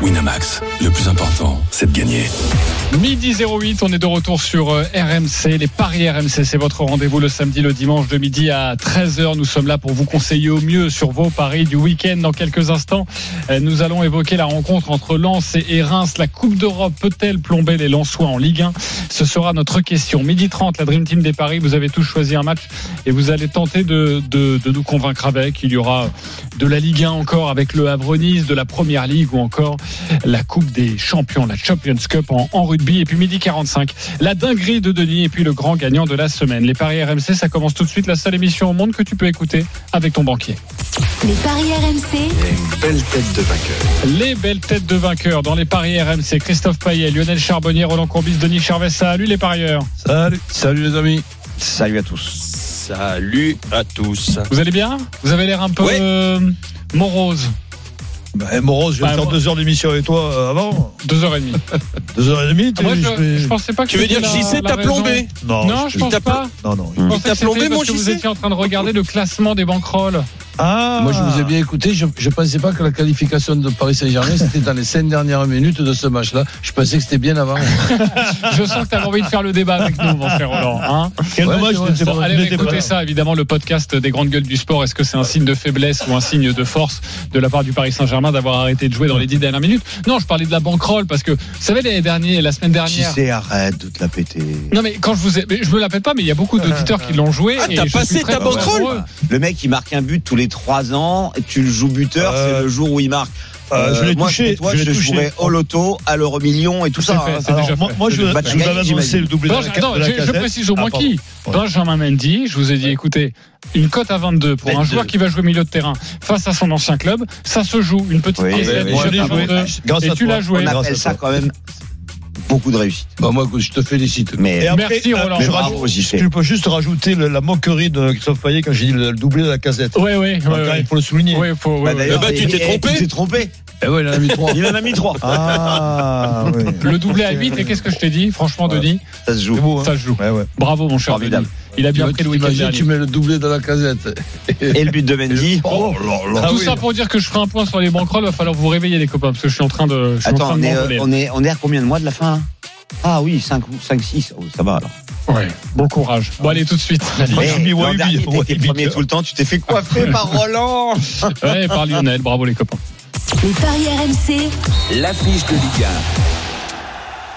Winamax, le plus important, c'est de gagner. Midi 08, on est de retour sur euh, RMC, les paris RMC, c'est votre rendez-vous le samedi, le dimanche de midi à 13h. Nous sommes là pour vous conseiller au mieux sur vos paris du week-end. Dans quelques instants, euh, nous allons évoquer la rencontre entre Lens et- et Reims. La Coupe d'Europe peut-elle plomber les Lensois en Ligue 1 Ce sera notre question. Midi 30, la Dream Team des paris, vous avez tous choisi un match et vous allez tenter de, de- de nous convaincre avec. Il y aura de la Ligue 1 encore avec le Havre Nice, de la Première Ligue ou encore la Coupe des Champions, la Champions Cup en, en rugby. Et puis midi 45, la dinguerie de Denis et puis le grand gagnant de la semaine. Les paris RMC, ça commence tout de suite, la seule émission au monde que tu peux écouter avec ton banquier. Les paris RMC. Les belles têtes de vainqueurs dans les paris RMC, Christophe Payet, Lionel Charbonnier, Roland Courbis, Denis Charvet. Salut les parieurs. Salut, salut les amis. Salut à tous. Salut à tous. Vous allez bien Vous avez l'air un peu Oui. euh, morose. Bah, Moros, je vais Bah, faire moi- deux heures d'émission avec toi euh, avant. Deux heures et demie. Deux heures et demie. Ah, t'es- Moi, je, je vais- je pensais pas que Tu veux dire que que JC t'a plombé Non, Non, je pense t'ai- pas. Non, non. Je Il pensais t'a que c'était plombé, mon parce que vous JC étiez en train de regarder le classement des bankrolls. Ah. Moi, je vous ai bien écouté. Je ne pensais pas que la qualification de Paris Saint-Germain, c'était dans les cinq dernières minutes de ce match-là. Je pensais que c'était bien avant. Je sens que t'avais envie de faire le débat avec nous, mon frère Roland. Hein Quel Ouais, dommage, c'est vrai, t'étais Bon, pas- allez t'étais pas écouter là. ça, évidemment, le podcast des grandes gueules du sport. Est-ce que c'est un signe de faiblesse ou un signe de force de la part du Paris Saint-Germain d'avoir arrêté de jouer dans les dix dernières minutes Non, je parlais de la banquerolle parce que, vous savez, les derniers, la semaine dernière. JC, arrête de te la péter. Non mais quand je vous ai, mais je me l'appelle pas mais il y a beaucoup d'auditeurs qui l'ont joué Ah, et t'as je suis passé très ta heureux. banquerolle Le mec, il marque un but tous les 3 ans. et Tu le joues buteur, Euh, c'est le jour où il marque. Euh, je l'ai moi, touché. et Toi, je je, l'ai touché. jouerais au loto, à l'euro million et tout C'est ça. fait, hein. c'est Alors, déjà moi, fait. moi, je, C'est déjà fait. je vous avais annoncé J'imagine. le doublé Non, de la, je- non, de la je, je casette. précise au Ah, moins pardon. qui. Voilà. Benjamin Mendy, je vous ai dit, écoutez, une cote à 22 pour un 22. joueur qui va jouer milieu de terrain face à son ancien club, ça se joue. Une petite Oui, casquette, mais- mais une Je l'ai cote à joué. 22. Grâce Et à tu toi. l'as joué. On Grâce appelle à ça toi. quand même beaucoup de réussite. Bon, Bah, moi, écoute, je te félicite. Mais Et après, Merci, euh, Roland. je mais rajoute- bravo, JC. Tu peux juste rajouter le- la moquerie de Christophe Payet quand j'ai dit le doublé de la casette. Bah, Ouais, ouais, ouais, Quand même, ouais. Il faut le souligner. Ouais, faut- ouais, Bah, ouais. d'ailleurs, Eh ben, tu et- t'es et- trompé. Tu t'es trompé. Eh ouais, il en a mis trois. Il en a mis 3. Ah, oui. Le doublé à euh, 8, et qu'est-ce que je t'ai dit Franchement, Ouais. Denis, Ça se joue. C'est beau, hein. ça se joue. Ouais, ouais. Bravo, mon cher Formidable. Denis. Il a Tu Eh bien vois, pris le week-end t'imagines, tu dernier. mets le doublé dans la casette. Et le but de Mendy. ah Oh là là. Tout ça pour dire que je ferai un point sur les bankrolls, va falloir vous réveiller, les copains, parce que je suis en train de. Je suis en Attends, train on de est, euh, m'envoler. on, est, on est à combien de mois de la fin hein Ah oui, 5, 6. Oh, ça va alors. Ouais. Bon courage. Bon, allez, tout de suite. Moi, j'ai Mais mis l'an Wahbi, dernier, t'as été Wahbi. premier tout le temps, tu t'es fait coiffer par Roland. Ouais, par Lionel. Bravo, les copains. Les paris RMC. L'affiche de Ligue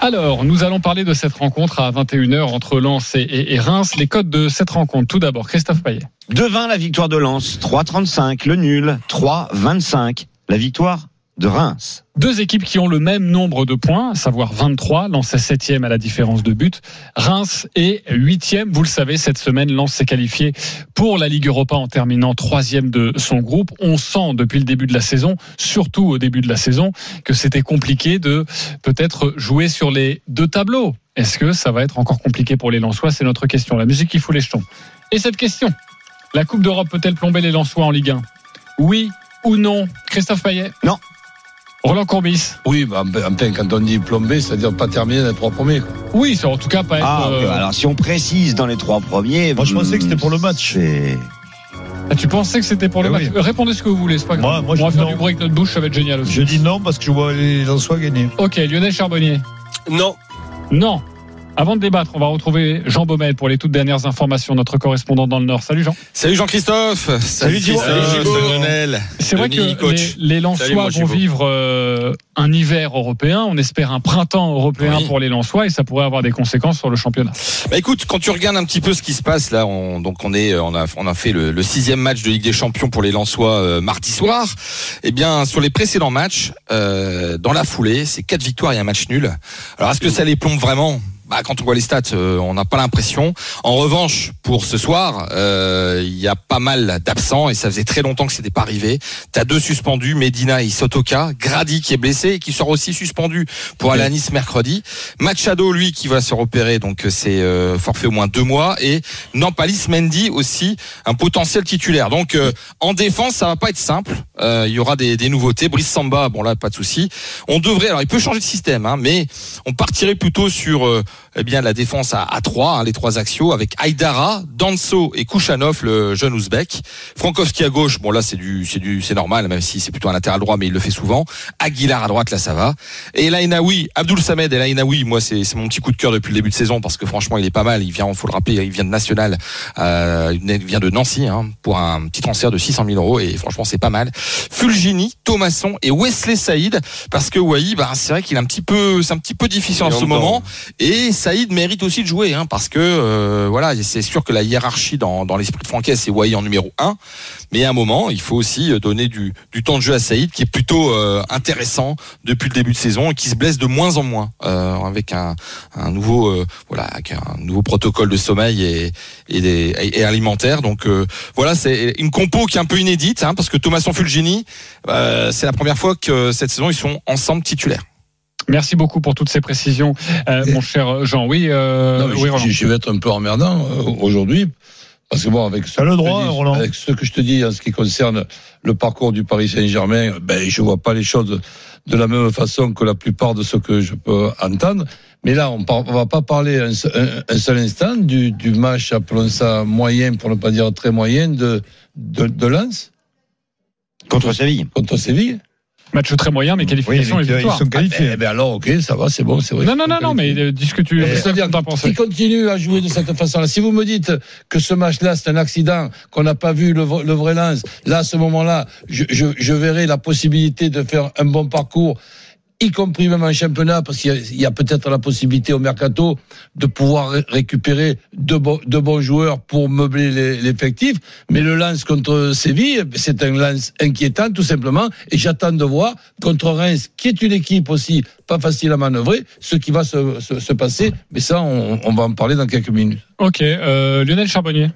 Alors, nous allons parler de cette rencontre à 21h entre Lens et, et- et Reims. Les codes de cette rencontre, tout d'abord, Christophe Payet. 2-20 la victoire de Lens, 3-35 le nul, 3-25 la victoire de Reims. Deux équipes qui ont le même nombre de points, à savoir 23. Lens est septième à la différence de but. Reims est huitième. Vous le savez, cette semaine, Lens s'est qualifié pour la Ligue Europa en terminant troisième de son groupe. On sent depuis le début de la saison, surtout au début de la saison, que c'était compliqué de peut-être jouer sur les deux tableaux. Est-ce que ça va être encore compliqué pour les Lensois C'est notre question. La musique qui fout les jetons. Et cette question la Coupe d'Europe peut-elle plomber les Lensois en Ligue 1 Oui ou non Christophe Payet Non. Roland Courbis Oui, bah, enfin, quand on dit plombé, c'est-à-dire pas terminé dans les trois premiers. quoi. Oui, ça en tout cas pas être. Ah, euh, ok, alors si on précise dans les trois premiers. Moi, je pensais que c'était pour le match. c'est- ah, tu pensais que c'était pour le Eh match Euh, oui. Répondez ce que vous voulez, c'est pas grave. Moi- moi, On va je- faire non. du bruit avec notre bouche, ça va être génial aussi. Je dis non parce que je vois les Lensois gagner. Ok, Lionel Charbonnier. Non, Non. Avant de débattre, on va retrouver Jean Baumel pour les toutes dernières informations, notre correspondant dans le Nord. Salut Jean. Salut Jean-Christophe. Salut Thibaut. Christophe, Salut Thibaut. Salut Lionel. C'est vrai que Denis, coach. les, les Lensois Salut, moi, vont Thibaut. vivre euh, un hiver européen. On espère un printemps européen Oui. pour les Lensois et ça pourrait avoir des conséquences sur le championnat. Bah écoute, quand tu regardes un petit peu ce qui se passe là, on, donc on est, on a, on a fait le, le sixième match de Ligue des Champions pour les Lensois euh, mardi soir. Eh bien, sur les précédents matchs, euh, dans la foulée, c'est quatre victoires et un match nul. Alors, est-ce que ça les plombe vraiment bah, quand on voit les stats, euh, on n'a pas l'impression. En revanche, pour ce soir, euh, il y a pas mal d'absents et ça faisait très longtemps que c'était pas arrivé. T'as deux suspendus, Medina et Sotoka, Grady qui est blessé et qui sera aussi suspendu pour aller à Nice mercredi. Machado, lui, qui va se repérer, donc euh, c'est euh, forfait au moins deux mois. Et Nampalis Mendy aussi, un potentiel titulaire. Donc euh, en défense, ça va pas être simple. Euh, Il y aura des, des nouveautés. Brice Samba, bon là, pas de souci. On devrait, alors il peut changer de système, hein, mais on partirait plutôt sur euh, eh bien la défense à, à 3, les trois axiaux, avec Aydara, Danso et Kouchanov, le jeune ouzbek. Frankowski à gauche, bon là c'est du c'est du c'est normal, même si c'est plutôt un latéral droit, mais il le fait souvent. Aguilar à droite, là ça va. Et Lainaoui, Abdul Samed et Lainaoui, moi c'est c'est mon petit coup de cœur depuis le début de saison parce que franchement il est pas mal. Il vient, faut le rappeler, il vient de National, euh, il vient de Nancy hein, pour un petit transfert de 600 000 euros et franchement c'est pas mal. Fulgini, Thomasson et Wesley Saïd parce que Wai, bah, c'est vrai qu'il est un petit peu c'est un petit peu difficile en ce moment. Et Saïd mérite aussi de jouer, hein, parce que euh, voilà, c'est sûr que la hiérarchie dans, dans l'esprit de Franquet, c'est Wai en numéro 1. Mais à un moment, il faut aussi euh, donner du, du temps de jeu à Saïd, qui est plutôt euh, intéressant depuis le début de saison et qui se blesse de moins en moins euh, avec un, un nouveau euh, voilà, avec un nouveau protocole de sommeil et, et, des- et- et alimentaire. Donc euh, voilà, c'est une compo qui est un peu inédite, hein, parce que Thomason Fulgini, euh, c'est la première fois que cette saison ils sont ensemble titulaires. Merci beaucoup pour toutes ces précisions, euh, mon cher Jean. Oui, euh, Non, mais oui, je- Roland. je, je vais être un peu emmerdant euh, aujourd'hui. Parce que bon, avec ce, T'as que le je te droit, dis- Roland. avec ce que je te dis en ce qui concerne le parcours du Paris Saint-Germain, ben, je vois pas les choses de la même façon que la plupart de ce que je peux entendre. Mais là, on ne va pas parler un, se- un- un seul instant du, du match, appelons ça moyen, pour ne pas dire très moyen, de, de, de Lens Contre Séville. contre Séville. Match très moyen, mais qualification mais et que- victoire. Ah, ils sont qualifiés. hein. Eh bien alors, ok, ça va, c'est bon, c'est vrai. Non, non, non, non, mais euh, dis ce que tu Euh, ce que C'est-à-dire t'en que penses. s'il continue à jouer de cette façon-là, si vous me dites que ce match-là, c'est un accident, qu'on n'a pas vu le, v- le vrai Lens, là, à ce moment-là, je, je, je verrai la possibilité de faire un bon parcours, y compris même en championnat, parce qu'il y a, il y a peut-être la possibilité au mercato de pouvoir ré- récupérer de, bo- de bons joueurs pour meubler les- l'effectif. Mais le Lens contre Séville, c'est un Lens inquiétant, tout simplement. Et j'attends de voir contre Reims, qui est une équipe aussi pas facile à manœuvrer, ce qui va se, se- se passer. Mais ça, on, on va en parler dans quelques minutes. Ok, euh, Lionel Charbonnier.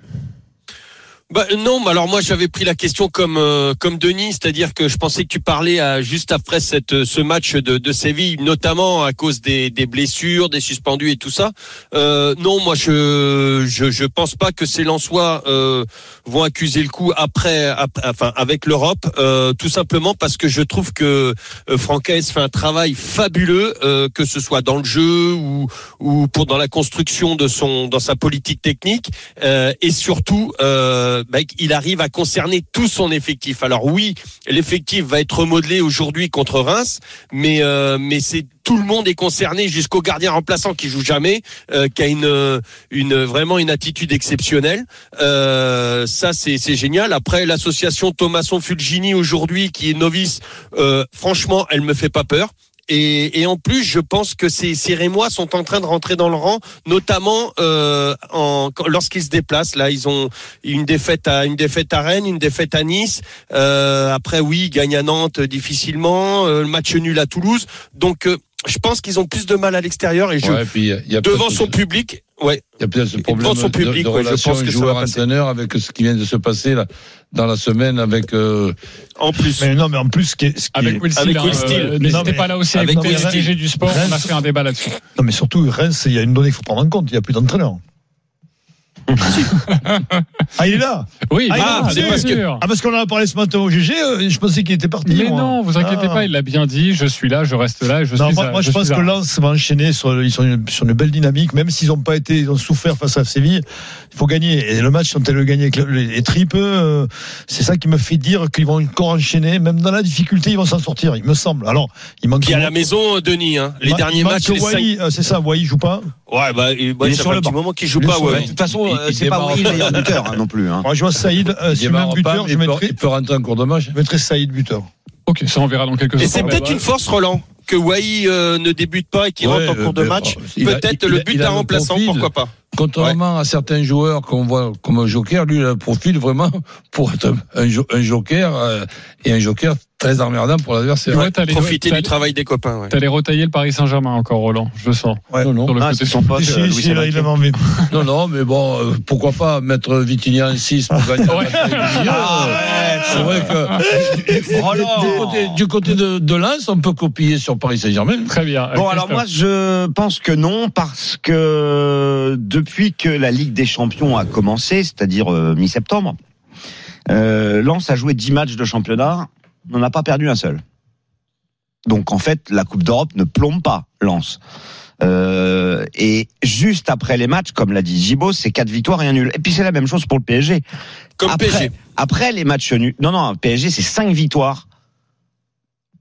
Bah, euh, non, mais alors moi j'avais pris la question comme euh, comme Denis, c'est-à-dire que je pensais que tu parlais à, juste après cette euh, ce match de, de Séville, notamment à cause des, des blessures, des suspendus et tout ça. Euh, non, moi je, je je pense pas que ces Lensois euh, vont accuser le coup après, après- enfin avec l'Europe, euh, tout simplement parce que je trouve que euh, Francaise fait un travail fabuleux, euh, que ce soit dans le jeu ou ou pour dans la construction de son dans sa politique technique. Euh, et surtout, euh, bah, il arrive à concerner tout son effectif. Alors oui, l'effectif va être remodelé aujourd'hui contre Reims, mais euh, mais c'est tout le monde est concerné jusqu'au gardien remplaçant qui joue jamais, euh, qui a une euh, une vraiment une attitude exceptionnelle. Euh, ça c'est c'est génial. Après l'association Thomasson Fulgini aujourd'hui qui est novice, euh, franchement, elle me fait pas peur. Et, et en plus, je pense que ces, ces Rémois sont en train de rentrer dans le rang, notamment euh, en- quand- lorsqu'ils se déplacent. Là, ils ont une défaite à une défaite à Rennes, une défaite à Nice. Euh, après, oui, ils gagnent à Nantes euh, difficilement. euh, le match nul à Toulouse. Donc, euh, je pense qu'ils ont plus de mal à l'extérieur et je, Ouais, et puis, il y a devant peut-être- son public. Ouais, Il y a peut-être ce Et problème devant son de, public, de ouais, je relation pense que ça va passer. joueur-entraîneur avec ce qui vient de se passer là, dans la semaine avec euh, en plus. Mais non, mais en plus, ce qui est- ce qui est- Avec Will Steele. Avec hein, Will Steele. euh, Non, N'hésitez mais- pas là aussi avec avec les Will Steele. DG du sport. On a Reims- fait un débat là-dessus. non, mais surtout, Reims, il y a une donnée qu'il faut prendre en compte. Il n'y a plus d'entraîneur. ah, il est là Oui, Ah, bien c'est sûr. parce Ah, parce qu'on en a parlé ce matin au GG, euh, je pensais qu'il était parti. Mais moi. non, vous inquiétez Ah. pas, il l'a bien dit. Je suis là, je reste là. et Je Non, suis moi, à- moi, je, pense suis que à- Lens va enchaîner sur, ils sont une- sur une belle dynamique, même s'ils n'ont pas été, ils ont souffert face à Séville. Il faut gagner. Et le match, sont-ils le gagner avec le- les tripes euh, C'est ça qui me fait dire qu'ils vont encore enchaîner. Même dans la difficulté, ils vont s'en sortir, il me semble. Alors, il manque. Puis à la maison, euh, Denis, hein, les Ma- derniers il manque matchs, les cinq... Wai, euh, c'est ça, Wai joue pas. Ouais, bah, et- bah, Il est ça sur fait le un petit banc. moment qu'il joue Le pas. soir, Ouais. De toute façon, Il- euh, il c'est pas démarre Will pas. le meilleur buteur hein, non plus. hein. Moi, je vois Saïd, euh, si il je mets un démarre pas, buteur, mais je il, peut, mettrais, il peut rentrer en cours de match. je mettrais Saïd buteur. Ok, ça on verra dans quelques Et instants. c'est peut-être une force, Roland, que Wai euh, ne débute pas et qu'il rentre en Ouais, cours de mais match. bon, il a- Peut-être il- le il a- but il a à un remplaçant, profil. pourquoi pas Contrairement à certains joueurs qu'on voit comme un joker, lui, il a un profil vraiment pour être un, un jo- un joker. euh, et un joker très emmerdant pour l'adversaire. Ouais, t'as les- Profiter t'as du les- travail des copains. ouais. T'allais retailler le Paris Saint-Germain encore, Roland, je le sens. Ouais. Non, non. Sur le Ah, côté c'est son pote, Si, euh, si, Luis si, là, Enrique. il avait envie. Non, non, mais bon, euh, pourquoi pas mettre Vitinha en 6 pour gagner la Ouais. Ah, bataille du milieu. C'est vrai que Ah, Oh, Roland. du côté, du côté de, de Lens, on peut copier sur Paris Saint-Germain. Très bien. Bon, Euh, alors Christophe. moi, je pense que non, parce que depuis que la Ligue des Champions a commencé, c'est-à-dire euh, mi-septembre, euh, Lens a joué 10 matchs de championnat, n'en a pas perdu un seul. Donc en fait, la Coupe d'Europe ne plombe pas Lens. Euh, et juste après les matchs, comme l'a dit Gibo, c'est quatre victoires et un nul. Et puis c'est la même chose pour le PSG. Comme après, PSG. Après les matchs nuls. Non, non, PSG, c'est cinq victoires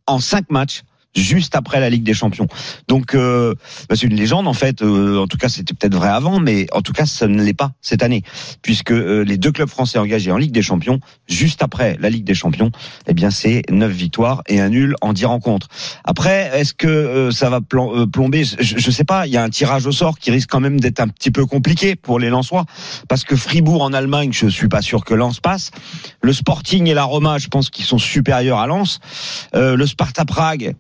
en cinq matchs juste après la Ligue des Champions. Donc euh, bah, c'est une légende en fait. Euh, en tout cas, c'était peut-être vrai avant, mais en tout cas, ça ne l'est pas cette année, puisque euh, les deux clubs français engagés en Ligue des Champions juste après la Ligue des Champions, eh bien c'est neuf victoires et un nul en dix rencontres. Après, est-ce que euh, ça va plan- euh, plomber je, je sais pas. Il y a un tirage au sort qui risque quand même d'être un petit peu compliqué pour les Lensois, parce que Fribourg en Allemagne, je suis pas sûr que Lens passe. Le Sporting et la Roma, je pense qu'ils sont supérieurs à Lens. Euh, le Sparta Prague,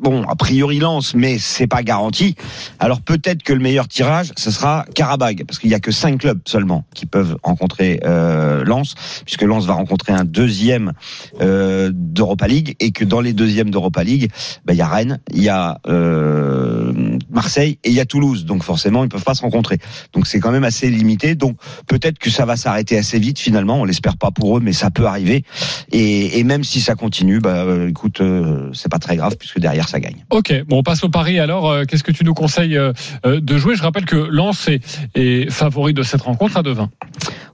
bon, a priori lance, mais c'est pas garanti. Alors peut-être que le meilleur tirage, ce sera Karabag, parce qu'il y a que cinq clubs seulement qui peuvent rencontrer euh, Lens, puisque Lens va rencontrer un deuxième euh, d'Europa League, et que dans les deuxièmes d'Europa League, bah, il y a Rennes, il y a euh, Marseille et il y a Toulouse. Donc forcément, ils peuvent pas se rencontrer. Donc c'est quand même assez limité. Donc peut-être que ça va s'arrêter assez vite finalement. On l'espère pas pour eux, mais ça peut arriver. Et, et même si ça continue, bah euh, écoute, euh, c'est pas très grave puisque derrière ça gagne. Ok, bon, on passe au pari. Alors, euh, qu'est-ce que tu nous conseilles euh, euh, de jouer Je rappelle que Lens est, est favori de cette rencontre à 2-20.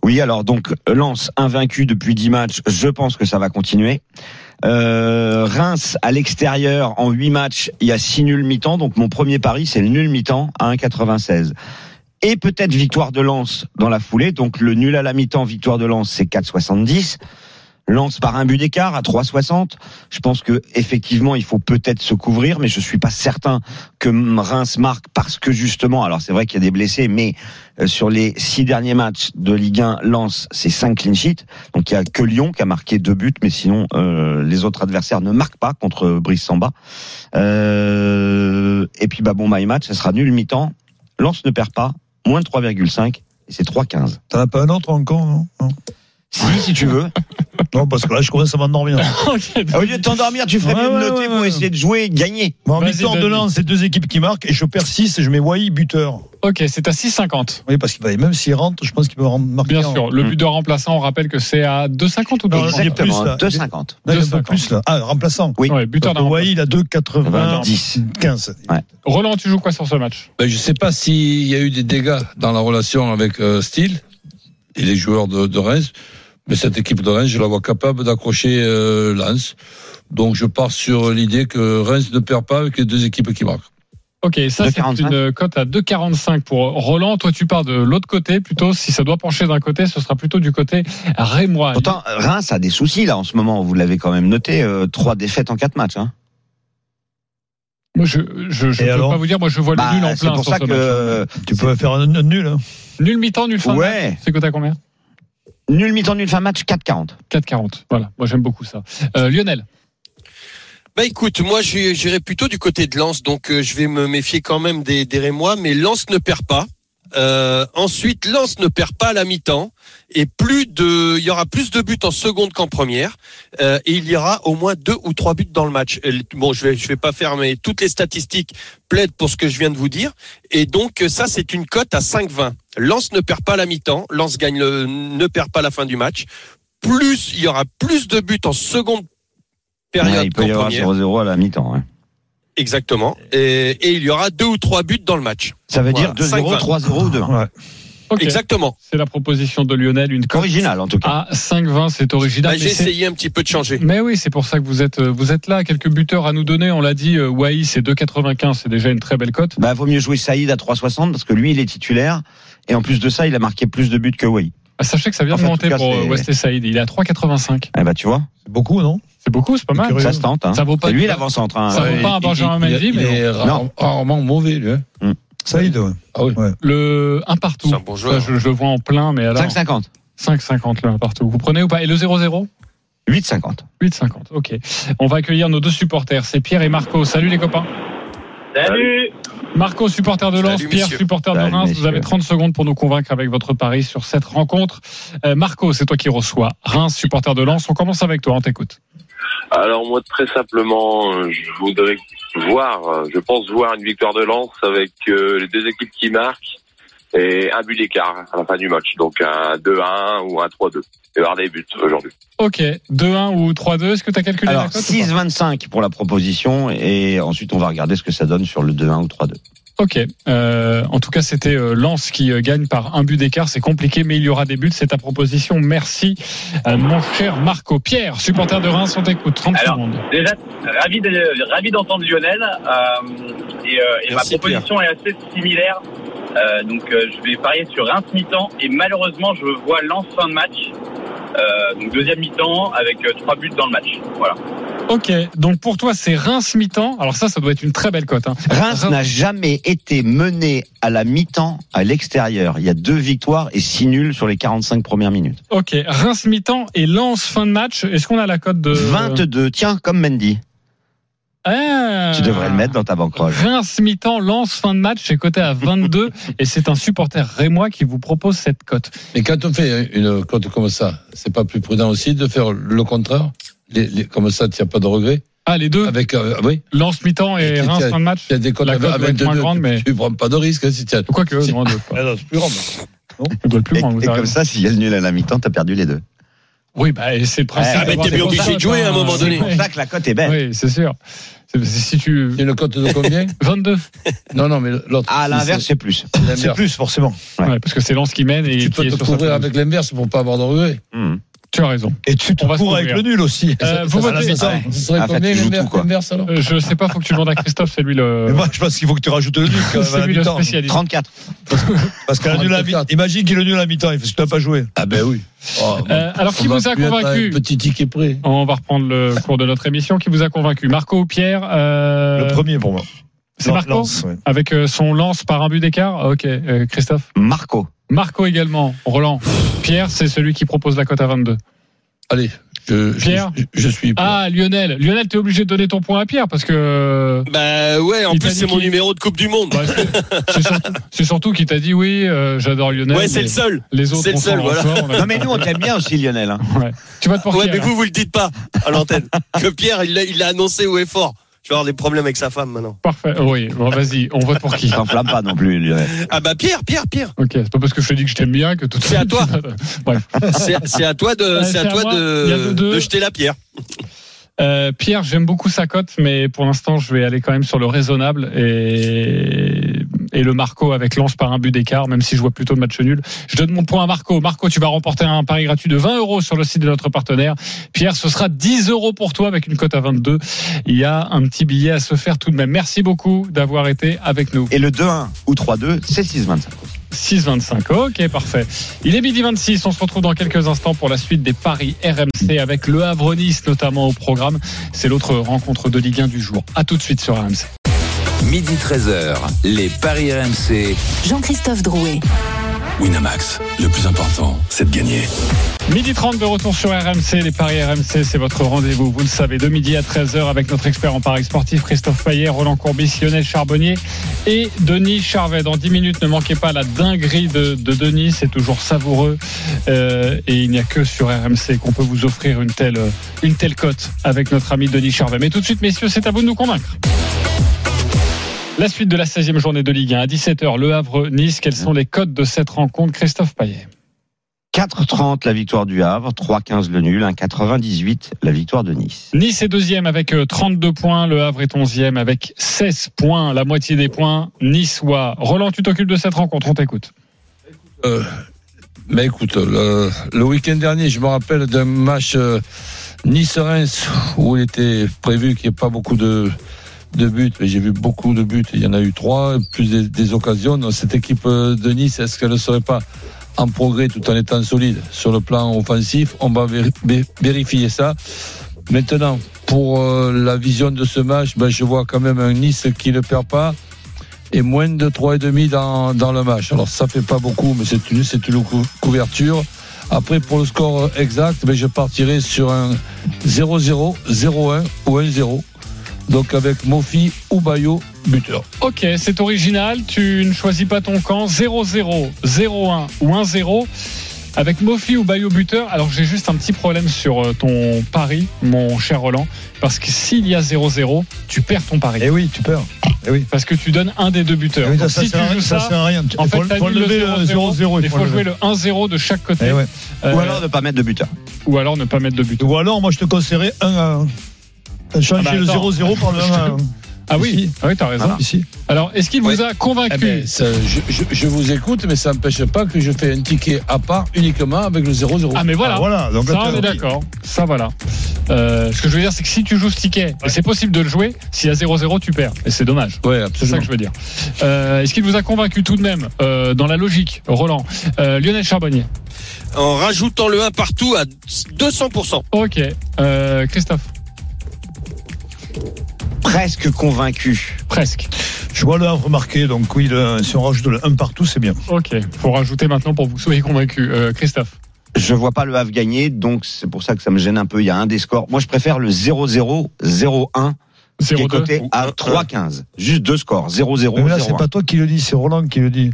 Oui, alors donc Lens invaincu depuis 10 matchs, je pense que ça va continuer. Euh, Reims à l'extérieur en 8 matchs, il y a 6 nuls mi-temps, donc mon premier pari c'est le nul mi-temps à 1,96. Et peut-être victoire de Lens dans la foulée, donc le nul à la mi-temps, victoire de Lens c'est 4,70. Lens par un but d'écart à 3,60. Je pense que effectivement il faut peut-être se couvrir, mais je suis pas certain que Reims marque parce que justement, alors c'est vrai qu'il y a des blessés, mais euh, sur les six derniers matchs de Ligue 1, Lens, c'est cinq clean sheets. Donc il y a que Lyon qui a marqué deux buts, mais sinon euh, les autres adversaires ne marquent pas contre Brice Samba. Euh, et puis bah bon, my match, ça sera nul mi-temps. Lens ne perd pas, moins de 3,5 et c'est 3,15. T'en as pas un autre encore, non non, Si, si tu veux. Non, parce que là, je commence à m'endormir. Ok, Au lieu de t'endormir, tu ferais Ouais, bien de ouais, noter ouais, pour ouais. essayer de jouer et de gagner. Bon, Vas-y, victoire de vas-y. Lens, c'est deux équipes qui marquent, et je perds 6 et je mets Wai buteur. Ok, c'est à 6,50. Oui, parce que bah, même s'il rentre, je pense qu'il peut rendre- marquer. Bien en- sûr. Hmm. Le but de remplaçant, on rappelle que c'est à 2,50 ou Non, il est 2,50 plus, là. Exactement, 2,50. Là, il est un 2,50. peu plus, là. Ah, remplaçant. Oui. Ouais, buteur d'un Parce que Wai, remplaçant. il a 2,95. 10. Roland, tu joues quoi sur ce match Ben, je sais pas s'il y a eu des dégâts dans la relation avec euh, Steele et les joueurs de, de Reims, mais cette équipe de Reims, je la vois capable d'accrocher euh, Lens. Donc je pars sur l'idée que Reims ne perd pas avec les deux équipes qui marquent. Ok, ça c'est 2,45. une euh, cote à 2,45 pour Roland. Toi, tu pars de l'autre côté plutôt. Si ça doit pencher d'un côté, ce sera plutôt du côté rémois. Pourtant, Reims a des soucis là en ce moment. Vous l'avez quand même noté, euh, trois défaites en quatre matchs. Hein. Moi, je je, je Et peux alors pas vous dire. Moi, je vois le Bah, nul en c'est plein pour sur ça ce que match. euh, Tu peux faire un, un nul. Hein. Nul mi-temps, nul fin. de match. ouais, C'est coté à combien nul mi-temps nul fin match 4-40. 4,40. Voilà. Moi, j'aime beaucoup ça. Euh, Lionel. Bah écoute, moi j'ai- j'irai plutôt du côté de Lens, donc euh, je vais me méfier quand même des, des Rémois, mais Lens ne perd pas. Euh, ensuite, Lens ne perd pas à la mi-temps et plus de, il y aura plus de buts en seconde qu'en première euh, et il y aura au moins deux ou trois buts dans le match. Et le- Bon, je vais, je vais pas faire, mais toutes les statistiques plaident pour ce que je viens de vous dire et donc euh, ça c'est une cote à 5,20. Lens ne perd pas à la mi-temps, Lens gagne le, ne perd pas à la fin du match. Plus, il y aura plus de buts en seconde période Ouais, il peut qu'en y avoir première. 0-0 à la mi-temps. ouais. Exactement. Et, et il y aura deux ou trois buts dans le match. Ça veut Voilà, dire 2-0, 5-20. 3-0 ou 2 Ouais. Ok. Exactement. C'est la proposition de Lionel. Une cote Original en tout cas. à 5,20. C'est original. Bah, mais J'ai c'est- essayé un petit peu de changer. Mais oui, c'est pour ça que vous êtes, euh, vous êtes là. Quelques buteurs à nous donner. On l'a dit, euh, Wai, c'est 2,95. C'est déjà une très belle cote. Bah, vaut mieux jouer Saïd à 3,60 parce que lui il est titulaire et en plus de ça il a marqué plus de buts que Wai. Ah, Sachez que ça vient de Enfin, en monter tout cas, pour euh, c'est- Wesley Saïd. Il est à 3,85. Eh bah tu vois, C'est beaucoup, non C'est beaucoup, c'est pas mal. Curieux. ça se tente. Hein. Ça vaut pas C'est lui du- l'avant-centre. Hein. Ça vaut Ouais. pas un Benjamin il, Mendy, il mais- est rare- Non. rarement mauvais, lui. hein. Saïd, ouais. Ah oui. Le 1 partout. C'est un bon joueur. Ça, je, je le vois en plein, mais alors. 5,50. 5,50 le 1 partout. Vous prenez ou pas Et le 0-0 8,50. 8,50. Ok. On va accueillir nos deux supporters. C'est Pierre et Marco. Salut les copains. Salut Marco, supporter de Lens, Salut, Pierre, messieurs. supporter de Salut, Reims. Vous messieurs. avez 30 secondes pour nous convaincre avec votre pari sur cette rencontre. Euh, Marco, c'est toi qui reçois. Reims, supporter de Lens. On commence avec toi. On t'écoute. Alors moi très simplement, euh, je voudrais voir, euh, je pense voir une victoire de Lens avec euh, les deux équipes qui marquent et un but d'écart à la fin du match. Donc un 2-1 ou un 3-2. Il va y avoir des buts aujourd'hui. Ok. 2-1 ou 3-2. Est-ce que tu as calculé Alors, la cote ou 6,25 pour la proposition et ensuite on va regarder ce que ça donne sur le 2-1 ou 3-2. pas Ok. Euh, en tout cas, c'était euh, Lens qui euh, gagne par un but d'écart. C'est compliqué, mais il y aura des buts. C'est ta proposition. Merci, euh, mon cher Marco. Pierre, supporter de Reims, on t'écoute. 30 Alors, secondes. Déjà, ravi de- ravi d'entendre Lionel. euh, et, euh, et ma Merci, proposition est assez similaire. Euh, donc euh, je vais parier sur Reims mi-temps et malheureusement je vois Lens fin de match. Euh, donc deuxième mi-temps avec euh, trois buts dans le match. Voilà. Ok. Donc pour toi, c'est Reims mi-temps. Alors ça, ça doit être une très belle cote. hein. Reims n'a jamais été mené à la mi-temps à l'extérieur. Il y a deux victoires et six nuls sur les 45 premières minutes. Ok, Reims mi-temps et Lens fin de match. Est-ce qu'on a la cote Euh. de 22, tiens, comme Mendy. Ah. Tu devrais le mettre dans ta banquerolle. Reims mi-temps, Lens fin de match, c'est coté à 22 et c'est un supporter rémois qui vous propose cette cote. Mais quand on fait une cote comme ça, c'est pas plus prudent aussi de faire le contraire Les- les- Comme ça, tu n'as pas de regret Ah les deux, Avec, euh, oui, Lens mi-temps Et et qui Reims tient- fin de match. il y a des cotes La avec, cote doit avec être deux, moins grande, tu- mais- tu prends pas de risque. hein, si tu as- Quoique, Si- non, on doit pas. Ah non, c'est plus grave. On doit le Et, plus grand, vous et avez comme raison. ça, s'il y a le nul à la mi-temps, t'as perdu les deux. Oui, bah, et c'est le principe. Ah, mais d'avoir t'es des bien grosses obligé de cotes, jouer à un hein. moment C'est donné. pour ça que la cote est belle. Oui, c'est sûr. C'est- Si tu Il y a une cote de combien 22. Non, non, mais l'autre. À l'inverse, c'est plus. c'est l'inverse. C'est plus, forcément. Ouais. Ouais, parce que c'est Lens qui mène et qui Tu peux est te sur sa couvrir pelouse. avec l'inverse pour pas avoir de regret. Hmm. Tu as raison. Et tu te On va se cours avec le couvrir. nul aussi. Euh, Ça- vous ça- votez. ça- ça- Ouais. ça Ah serait Ah, En fait, combien tu joues l'inverse- tout, quoi. l'inverse alors Euh, Je sais pas, faut que tu demandes à Christophe, c'est lui Mais le. moi, je pense qu'il faut que tu rajoutes le nul quand même à C'est la lui le mi-temps. spécialiste. 34. Parce qu'à la nul à la mi-temps, imagine qu'il est nul à la mi-temps, parce que tu n'as pas joué. Ah ben oui. Oh, Euh, alors, qui on va vous a plus être à convaincu un Petit ticket près. On va reprendre le cours de notre émission. Qui vous a convaincu Marco ou Pierre euh, Le premier pour moi. C'est Non, Marco Lens, ouais. Avec euh, son lance par un but d'écart Ok, euh, Christophe. Marco. Marco également. Roland. Pierre, c'est celui qui propose la cote à 22. Allez, je, je- Pierre je, je suis. pour. Ah, Lionel. Lionel, t'es obligé de donner ton point à Pierre parce que. Bah ouais, en Il plus t'a dit c'est mon qu'il- numéro de Coupe du Monde. bah, c'est- c'est surtout- c'est surtout qu'il t'a dit oui, euh, j'adore Lionel. Ouais, c'est le mais seul. Les autres, C'est le on s'en seul, voilà. reçoit, on a- Non, mais nous, on t'aime bien aussi, Lionel. hein. Tu vas te porter. Ouais, mais vous vous le dites pas à l'antenne. que Pierre, il l'a il l'a annoncé haut et fort. Je vais avoir des problèmes avec sa femme maintenant. Parfait. Oui, bon, vas-y, on vote pour qui T'enflamme pas non plus, Lionel. Ah bah Pierre, Pierre, Pierre. Ok, c'est pas parce que je te dis que je t'aime bien que tout de C'est à suite, toi. tu vas- Bref. C'est c'est à toi de, Ouais, c'est à toi moi. Il y a de, deux, deux. de jeter la pierre. Euh, Pierre, j'aime beaucoup sa cote, mais pour l'instant, je vais aller quand même sur le raisonnable et, et le Marco avec Lance par un but d'écart, même si je vois plutôt le match nul. Je donne mon point à Marco. Marco, tu vas remporter un pari gratuit de 20 euros sur le site de notre partenaire. Pierre, ce sera 10 euros pour toi avec une cote à 22. Il y a un petit billet à se faire tout de même. Merci beaucoup d'avoir été avec nous. Et le 2-1 ou 3-2, c'est 6-25. 6,25. Ok, parfait. Il est midi 26. On se retrouve dans quelques instants pour la suite des paris RMC avec le Havre-Nice notamment au programme. C'est l'autre rencontre de Ligue 1 du jour. À tout de suite sur RMC. Midi 13h, les Paris RMC. Jean-Christophe Drouet. Winamax, le plus important, c'est de gagner. Midi 30 de retour sur RMC. Les paris RMC, c'est votre rendez-vous. Vous le savez, de midi à 13h avec notre expert en paris sportif Christophe Payet, Roland Courbis, Lionel Charbonnier et Denis Charvet. Dans 10 minutes, ne manquez pas la dinguerie de, de Denis. C'est toujours savoureux. Euh, et il n'y a que sur RMC qu'on peut vous offrir une telle, euh, une telle cote avec notre ami Denis Charvet. Mais tout de suite, messieurs, c'est à vous de nous convaincre. La suite de la 16e journée de Ligue 1 à 17h, Le Havre-Nice. Quelles sont les cotes de cette rencontre, Christophe Payet 4-30 la victoire du Havre, 3-15 le nul, 1-98 la victoire de Nice. Nice est deuxième avec euh, 32 points. Le Havre est onzième avec 16 points. La moitié des points niçois. Roland, tu t'occupes de cette rencontre. On t'écoute. Euh, mais écoute, le, le week-end dernier, je me rappelle d'un match euh, Nice-Reims où il était prévu qu'il n'y ait pas beaucoup de, de buts, mais j'ai vu beaucoup de buts. Il y en a eu trois, plus des, des occasions. Donc, cette équipe euh, de Nice, est-ce qu'elle ne serait pas en progrès tout en étant solide sur le plan offensif On va véri- vé- vérifier ça. Maintenant, pour euh, la vision de ce match, ben, je vois quand même un Nice qui ne perd pas et moins de 3,5 dans, dans le match. Alors ça fait pas beaucoup, mais c'est une, c'est une cou- couverture. Après, pour le score exact, ben, je partirai sur un 0-0, 0-1 ou 1-0. Donc avec Mofi ou Bayo, buteur. Ok, c'est original. Tu ne choisis pas ton camp. 0-0, 0-1 ou 1-0. Avec Mofi ou Bayo buteur, alors j'ai juste un petit problème sur euh, ton pari, mon cher Roland, parce que s'il y a 0-0, tu perds ton pari. Eh oui, tu perds. Eh oui. Parce que tu donnes un des deux Eh buteurs. oui, Donc, ça, ça si tu sert à- joues ça ça, sert à rien. en fait, faut, faut t'annules lever le le 0-0, 0-0. il faut jouer le 1-0 de chaque côté, Eh ouais. euh, Ou alors ne pas mettre de buteur. ne pas mettre de but. Ou alors, moi, je te conseillerais 1 à 1. Changer Ah bah, le attends. 0-0 par le 1 à 1. Ah oui, ah oui t'as raison. Ici. Alors, est-ce qu'il vous Ouais. a convaincu Eh ben, ça, je, je- je vous écoute, mais ça n'empêche pas que je fais un ticket à part uniquement avec le 0-0. Ah mais voilà, Ah, voilà. Donc, ça là, on t'as- est d'accord, ça voilà. Euh, ce que je veux dire c'est que si tu joues ce ticket, et c'est possible de le jouer, s'il y a 0-0 tu perds, et c'est dommage. Ouais, C'est ça absolument. que je veux dire. Euh, Est-ce qu'il vous a convaincu tout de même euh, dans la logique, Roland Euh, Lionel Charbonnier. En rajoutant le 1 partout à 200%. Ok. Euh, Christophe. Presque convaincu. Presque. Je vois le Havre marqué, donc oui, le- si on rajoute le 1 partout, c'est bien. Ok. Faut rajouter maintenant pour que vous soyez convaincus. Euh, Christophe. Je vois pas le Havre gagner, donc c'est pour ça que ça me gêne un peu. Il y a un des scores. Moi, je préfère le 0-0, 0-1, qui est 0-2. coté à 3-15. Juste deux scores, 0-0, euh, Mais là, c'est pas 0-1. toi qui le dis, c'est Roland qui le dit.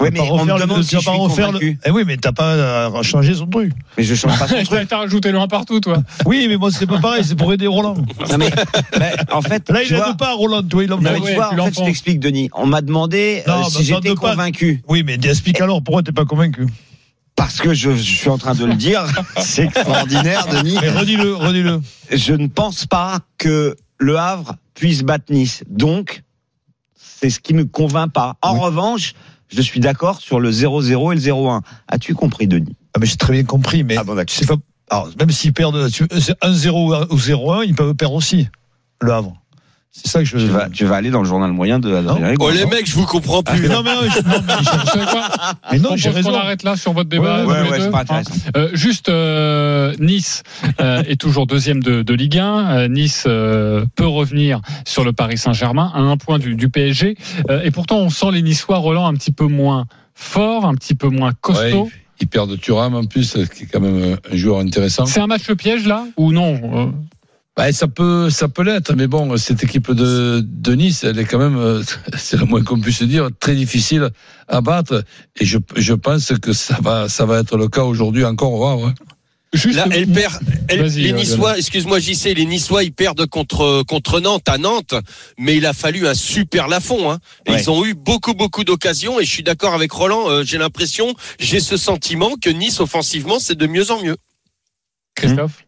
Ouais, hein. mais T'as pas on refaire me le- demande t'as si je suis pas refaire le- convaincu. Eh oui, mais t'as pas à changer son truc. Mais je change pas son truc. T'as rajouté le 1 partout, toi. Oui, mais moi, c'est pas pareil, c'est pour aider Roland. Non, mais, mais en fait, Là, tu il vois, n'aide pas Roland, toi, il non, mais Ah l'envoie. tu ouais, vois, tu en fait, l'enfants. je t'explique, Denis. On m'a demandé Non, euh, bah, si j'étais demande pas. convaincu. Oui, mais explique alors, pourquoi t'es pas convaincu Parce que je, je suis en train de le dire. c'est extraordinaire, Denis. Mais redis-le, redis-le. Je ne pense pas que le Havre puisse battre Nice. Donc, c'est ce qui me convainc pas. En revanche, je suis d'accord sur le 0-0 et le 0-1. As-tu compris, Denis Ah, mais j'ai très bien compris, mais tu sais pas. Alors, même s'ils perdent tu- c'est 1-0 ou un- ou 0-1, ils peuvent perdre aussi, le Havre. C'est ça que je. tu vas, tu vas aller dans le journal moyen de Adrien Rigaud. Oh les mecs, je vous comprends plus. Mais Ah, non, mais, non, je- non, mais je- Vous savez quoi mais non, Je j'ai pense qu'on raison. arrête là sur votre débat. Ouais, tous les ouais, deux, c'est pas hein. intéressant. Euh, juste euh, Nice euh, est toujours deuxième de, de Ligue 1. Euh, nice euh, peut revenir sur le Paris Saint-Germain à un point du, du PSG. Euh, et pourtant, on sent les Niçois Roland un petit peu moins forts, un petit peu moins costauds. Ouais, ils, ils perdent Thuram en plus, ce qui est quand même euh, un joueur intéressant. C'est un match piège là ou non euh, Ouais, Bah, ça peut, ça peut l'être, mais bon, cette équipe de, de Nice, elle est quand même, euh, c'est le moins qu'on puisse dire, très difficile à battre. Et je, je pense que ça va, ça va être le cas aujourd'hui encore au Havre. hein. Juste Là, elle perd. elle- Vas-y, les euh, Niçois, excuse-moi JC, les Niçois, ils perdent contre contre Nantes à Nantes, mais il a fallu un super Lafond. Hein. Et Ouais. Ils ont eu beaucoup beaucoup d'occasions et je suis d'accord avec Roland. euh, j'ai l'impression, j'ai ce sentiment que Nice offensivement, c'est de mieux en mieux. Christophe.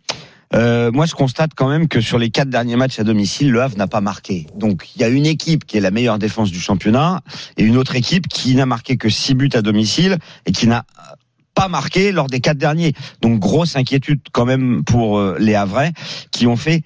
Euh, moi, je constate quand même que sur les quatre derniers matchs à domicile, le Havre n'a pas marqué. Donc, il y a une équipe qui est la meilleure défense du championnat et une autre équipe qui n'a marqué que six buts à domicile et qui n'a pas marqué lors des quatre derniers. Donc, grosse inquiétude quand même pour euh, les Havrais qui ont fait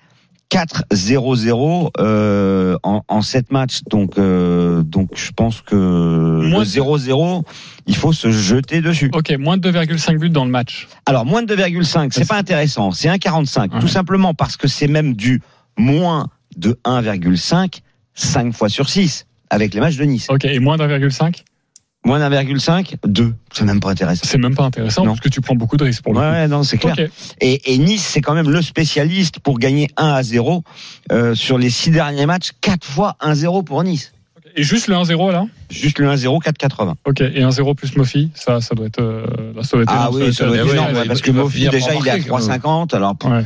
4-0-0 euh, en, en 7 matchs. Donc, euh, donc, je pense que Moins le de- 0-0, il faut se jeter dessus. Ok, moins de 2,5 buts dans le match. Alors moins de 2,5, c'est pas intéressant, c'est 1,45 Ouais. tout simplement parce que c'est même du moins de 1,5 5 fois sur 6 avec les matchs de Nice. Ok, et moins de 1,5 Moins de 1,5 2, c'est même pas intéressant. C'est même pas intéressant Non. parce que tu prends beaucoup de risques pour Ouais, le coup. ouais, non, c'est clair. Ok. Et, et Nice, c'est quand même le spécialiste pour gagner 1 à 0 euh, sur les 6 derniers matchs, 4 fois 1-0 pour Nice. Et juste le 1-0 là Juste le 1-0 4,80. Ok, et 1-0 plus Mofi, ça, ça doit être. euh, là, ça doit être Ah énorme, oui, ça ça doit doit être être ouais, énorme. énorme ouais, ouais, parce il que va Mofi finir par déjà il est à marquer, quand même. 3,50 alors pff, Ouais.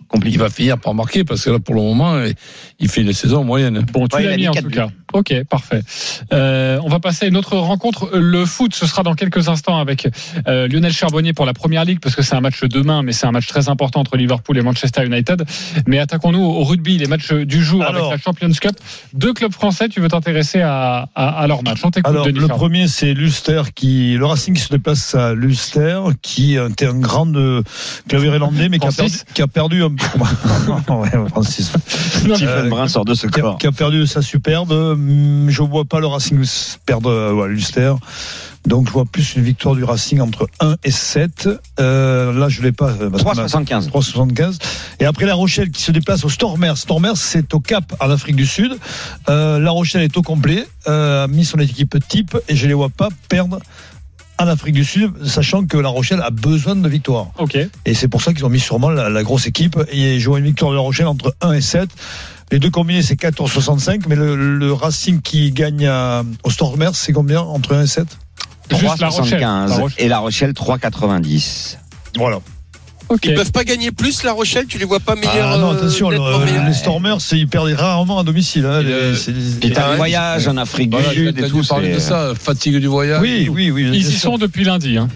Il compliqué. va finir par marquer parce que là, pour le moment, il fait une saison moyenne. Bon, tu Ouais, il l'as a mis mis en quatre tout buts. cas. Ok, parfait. Euh, on va passer à une autre rencontre. Euh, Le foot, ce sera dans quelques instants avec euh, Lionel Charbonnier pour la Première Ligue, parce que c'est un match demain, mais c'est un match très important entre Liverpool et Manchester United. Mais attaquons-nous au rugby, les matchs du jour Alors. avec la Champions Cup. Deux clubs français, tu veux t'intéresser à, à, à leur match. On t'écoute, Alors, Denis le Charvet. premier, c'est Luster qui. Le Racing qui se déplace à Luster, qui était un grand euh, club irlandais, mais qui a, perdu, Francis qui a perdu un. Ouais, Francis. euh, Stephen Brun sort de ce qui a, corps. qui a perdu sa superbe. Hum, Je vois pas le Racing perdre euh, ouais, l'Ulster. Donc je vois plus une victoire du Racing entre 1 et 7. Euh, là, je l'ai pas. euh, parce qu'on a- 3,75. 3,75. Et après La Rochelle qui se déplace au Stormers. Stormers, c'est au Cap en Afrique du Sud. Euh, la Rochelle est au complet, euh, a mis son équipe type et je les vois pas perdre en Afrique du Sud, sachant que La Rochelle a besoin de victoires. Ok. Et c'est pour ça qu'ils ont mis sûrement la, la grosse équipe. Et ils ont une victoire de La Rochelle entre 1 et 7. Les deux combinés, c'est 14,65. Mais le, le Racing qui gagne à- au Stormers, c'est combien Entre 1 et 7 Juste La Rochelle. La 3,75 Rochelle. et La Rochelle 3,90. Voilà. Ok. Ils peuvent pas gagner plus, La Rochelle Tu les vois pas meilleurs Ah, non, euh, attention, le- nettement meilleurs les Stormers, c'est- ils perdent rarement à domicile. hein. Et Les- le- c'est- Et t'as Ah un ouais. voyage en Afrique du Voilà, tu as Sud et tout. dû parler c'est- de ça, fatigue du voyage. Oui, oui, oui. Ils bien y sûr. sont depuis lundi. hein.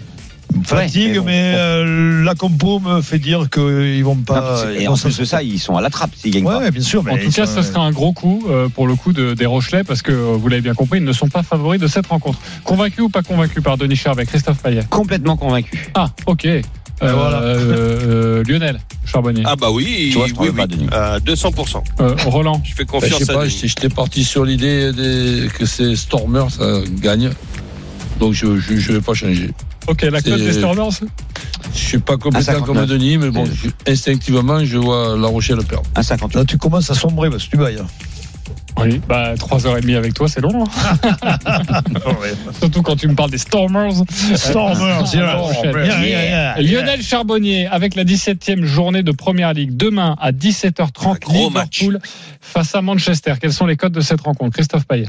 Fatigue, Ouais, mais bon. mais euh, la compo me fait dire qu'ils vont pas. Et ils en vont plus s'en- de ça, ils sont à la trappe s'ils gagnent Ouais, pas. ouais, bien sûr. mais En tout ils cas, sont- ce sera un gros coup euh, pour le coup de- des Rochelais parce que euh, vous l'avez bien compris, ils ne sont pas favoris de cette rencontre. Convaincu ou pas convaincu par Denis Charbet, Christophe Payet Complètement convaincu. Ah, ok. Euh, voilà. euh, euh, Lionel Charbonnier, Ah bah oui, Tu vois, je oui, trouvais oui. pas, Denis. Euh, 200%. Euh, Roland. Je fais Bah, Ben, je confiance sais à pas, Denis. j'étais j'étais parti sur l'idée des- que ces Stormers ça gagne. Donc je je, je vais pas changer. Ok, la cote C'est- des Stormers Je suis pas Un compétent 59. comme Denis, mais bon, je- instinctivement, je vois La Rochelle perdre. Un 58. Là, tu commences à sombrer parce que tu bailles. hein. Oui. Bah, 3h30 avec toi, c'est long. hein. Surtout quand tu me parles des Stormers. Stormers, c'est là. La Rochelle. Yeah, yeah, Ah, yeah. Lionel Charbonnier avec la 17e journée de Première Ligue demain à 17h30 Gros Liverpool face à Manchester. Quels sont les codes de cette rencontre Christophe Payet.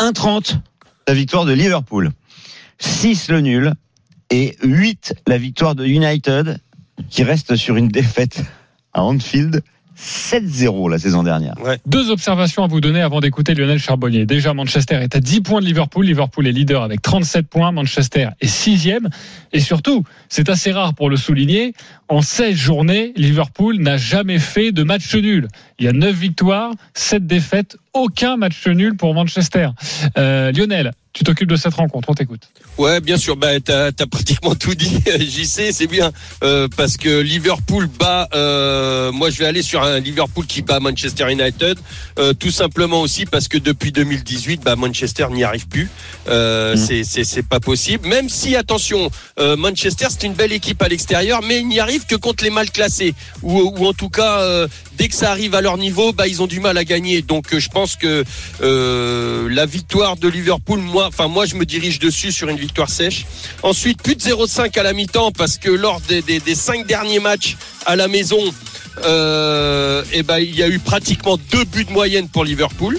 1,30 la victoire de Liverpool, 6 le nul et 8 la victoire de United qui reste sur une défaite à Anfield 7-0 la saison dernière. Deux observations à vous donner avant d'écouter Lionel Charbonnier. Déjà, Manchester est à 10 points de Liverpool. Liverpool est leader avec 37 points. Manchester est sixième. Et surtout, c'est assez rare pour le souligner, en 16 journées, Liverpool n'a jamais fait de match nul. Il y a 9 victoires, 7 défaites, aucun match nul pour Manchester. Euh, Lionel, tu t'occupes de cette rencontre, on t'écoute. Ouais, bien sûr. Bah, t'as as pratiquement tout dit. JC, c'est bien Euh, parce que Liverpool bat. euh, moi, je vais aller sur un Liverpool qui bat Manchester United. Euh, tout simplement aussi parce que depuis 2018, bah, Manchester n'y arrive plus. Euh, c'est- C'est c'est pas possible. Même si, attention, euh, Manchester c'est une belle équipe à l'extérieur, mais ils n'y arrivent que contre les mal classés ou, ou en tout cas euh, dès que ça arrive à leur niveau, bah ils ont du mal à gagner. Donc euh, je pense que euh, la victoire de Liverpool, moi, enfin moi je me dirige dessus sur une victoire sèche. Ensuite plus de 0,5 à la mi-temps parce que lors des, des, des cinq derniers matchs à la maison, euh, et ben il y a eu pratiquement deux buts de moyenne pour Liverpool.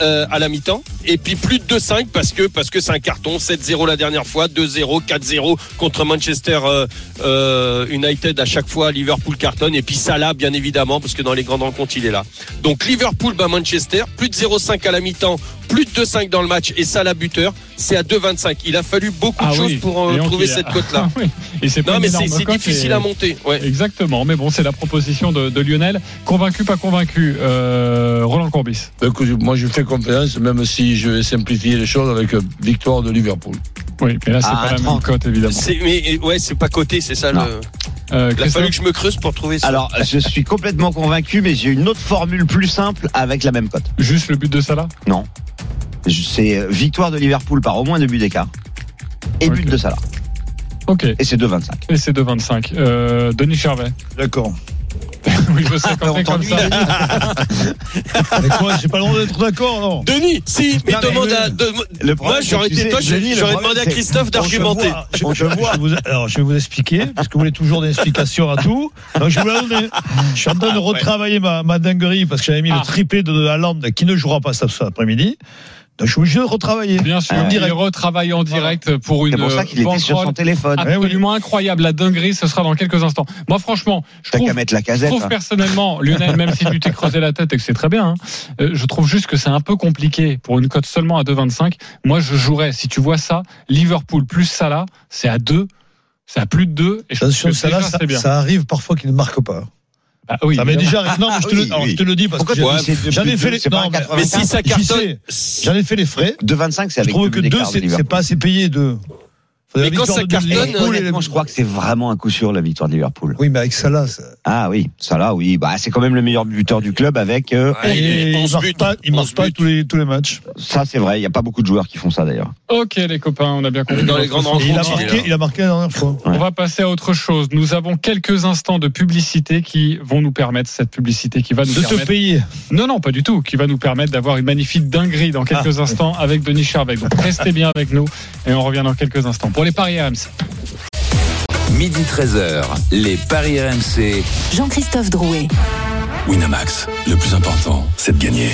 euh, à la mi-temps et puis plus de 2-5 parce que parce que c'est un carton 7-0 la dernière fois 2-0 4-0 contre Manchester euh, euh, United à chaque fois Liverpool cartonne et puis Salah bien évidemment parce que dans les grandes rencontres il est là donc Liverpool bat Manchester plus de 0,5 à la mi-temps plus de 2-5 dans le match et Salah buteur c'est à 2,25 il a fallu beaucoup de choses pour euh, Ah Et donc, trouver il a- cette cote là Ah oui. Et c'est pas non mais une c'est énorme c'est cote, difficile et- à monter ouais. Exactement, mais bon, c'est la proposition de, de Lionel. Convaincu, pas convaincu, euh, Roland Courbis. Ben, écoute, moi, je fais confiance, même si je vais simplifier les choses avec euh, victoire de Liverpool. Oui, mais là, c'est Ah, pas la même 30. cote, évidemment. C'est- mais ouais c'est pas coté c'est ça Non. le... Euh, il a Christophe fallu que je me creuse pour trouver ça Alors je suis complètement convaincu mais j'ai une autre formule plus simple avec la même cote. Juste le but de Salah Je- C'est euh, victoire de Liverpool par au moins deux buts d'écart et but Ok. de Salah Ok, et c'est 2,25. et c'est de 25. Euh, Denis Charvet. D'accord. Ah, Oui, je veux 50 comme ça. Mais quoi, j'ai pas le droit d'être d'accord, non Denis si mais Non, mais demande oui. à de- Le moi j'aurais c'est que tu été toi sais, Denis, je- le j'aurais problème, demandé à c'est- Christophe On se d'argumenter voit. Je, je- je vous, alors, je vais vous expliquer, parce que vous voulez toujours des explications à tout. Donc, je vous la donne. Je suis en train de retravailler ma, ma dinguerie, parce que j'avais mis Ah. le triplé de Haaland qui ne jouera pas cet après-midi. Donc, je suis obligé de retravailler. Bien sûr, Ah ouais. il retravaille en direct pour une euh, C'est pour ça qu'il était sur son Eh banquerolle téléphone. Ah, absolument incroyable. La dinguerie, ce sera dans quelques instants. Moi, franchement, je T'as trouve qu'à mettre la Je casette. trouve hein. personnellement, Lionel, même si tu t'es creusé la tête et que c'est très bien, hein, euh, je trouve juste que c'est un peu compliqué pour une cote seulement à 2,25. Moi, je jouerais, si tu vois ça, Liverpool plus Salah, c'est à 2. C'est à plus de 2. Et je trouve Attention, que ça, là, déjà, ça, c'est bien. ça arrive parfois qu'il ne marque pas. Ah oui, ça m'est évidemment. déjà arrivé. Non, mais je te, Ah oui, le, alors, oui. je te le dis parce Pourquoi que tu Ouais. dis c'est deux j'en plus ai fait deux, les- c'est pas non, un mais- 95. mais si ça J'y cartonne sais. j'en ai fait les frais. 2,25 c'est Je avec trouve deux que buts 2, d'écart de c'est c'est Liverpool. pas assez payé, 2. Mais quand ça cartonne, Et honnêtement, je crois que c'est vraiment un coup sûr la victoire de Liverpool. Oui, mais avec Salah, ça- Ah oui, ça là, oui, bah c'est quand même le meilleur buteur du club avec euh, Ouais, Ah, il Et est il 11 marque buts, pas, il 11 marque pas buts. tous les, tous les matchs. ça c'est vrai, il y a pas beaucoup de joueurs qui font ça d'ailleurs. Ok, les copains, on a bien compris. Dans les notre grandes sens. Et il il est a là. marqué, il a marqué la dernière fois. On va passer à autre chose. Nous avons quelques instants de publicité qui vont nous permettre, cette publicité qui va nous De permettre te payer. Non, non, pas du tout. Qui va nous permettre d'avoir une magnifique dinguerie dans quelques instants avec Denis Charvet. Donc restez bien avec nous et on revient dans quelques instants. Pour pour les paris RMC. Midi 13h, les Paris RMC. Jean-Christophe Drouet. Winamax, le plus important, c'est de gagner.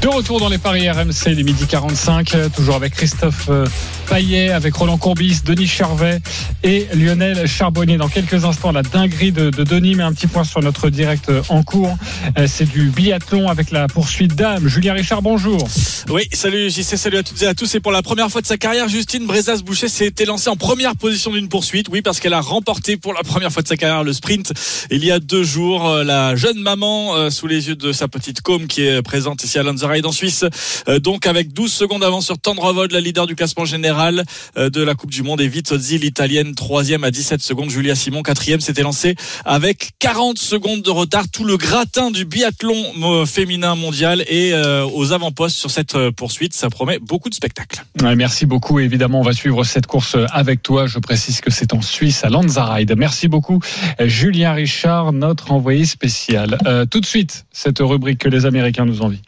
De retour dans les Paris RMC, les midi 45, euh, toujours avec Christophe euh, Payet, avec Roland Courbis, Denis Charvet et Lionel Charbonnier. Dans quelques instants, la dinguerie de, de Denis, mais un petit point sur notre direct euh, en cours. Euh, C'est du biathlon avec la poursuite d'âme. Julien Richard, bonjour. Oui, salut JC, salut à toutes et à tous. Et pour la première fois de sa carrière, Justine Brezas-Boucher s'est été lancée en première position d'une poursuite. Oui, parce qu'elle a remporté pour la première fois de sa carrière le sprint il y a deux jours. Euh, La jeune maman, euh, sous les yeux de sa petite com qui est présente ici à Lanzerheide en Suisse, euh, donc avec 12 secondes d'avance sur Tandrevod, la leader du classement général euh, de la Coupe du Monde. Et Vitozzi, l'italienne, troisième à 17 secondes. Julia Simon, quatrième, s'était lancée avec 40 secondes de retard. Tout le gratin du biathlon euh, féminin mondial et euh, aux avant-postes sur cette euh, poursuite. Ça promet beaucoup de spectacles. Ouais, merci beaucoup. Évidemment, on va suivre cette course avec toi. Je précise que c'est en Suisse, à Lanzaride. Merci beaucoup, euh, Julien Richard, notre envoyé spécial. Euh, tout de suite, cette rubrique que les Américains nous envient.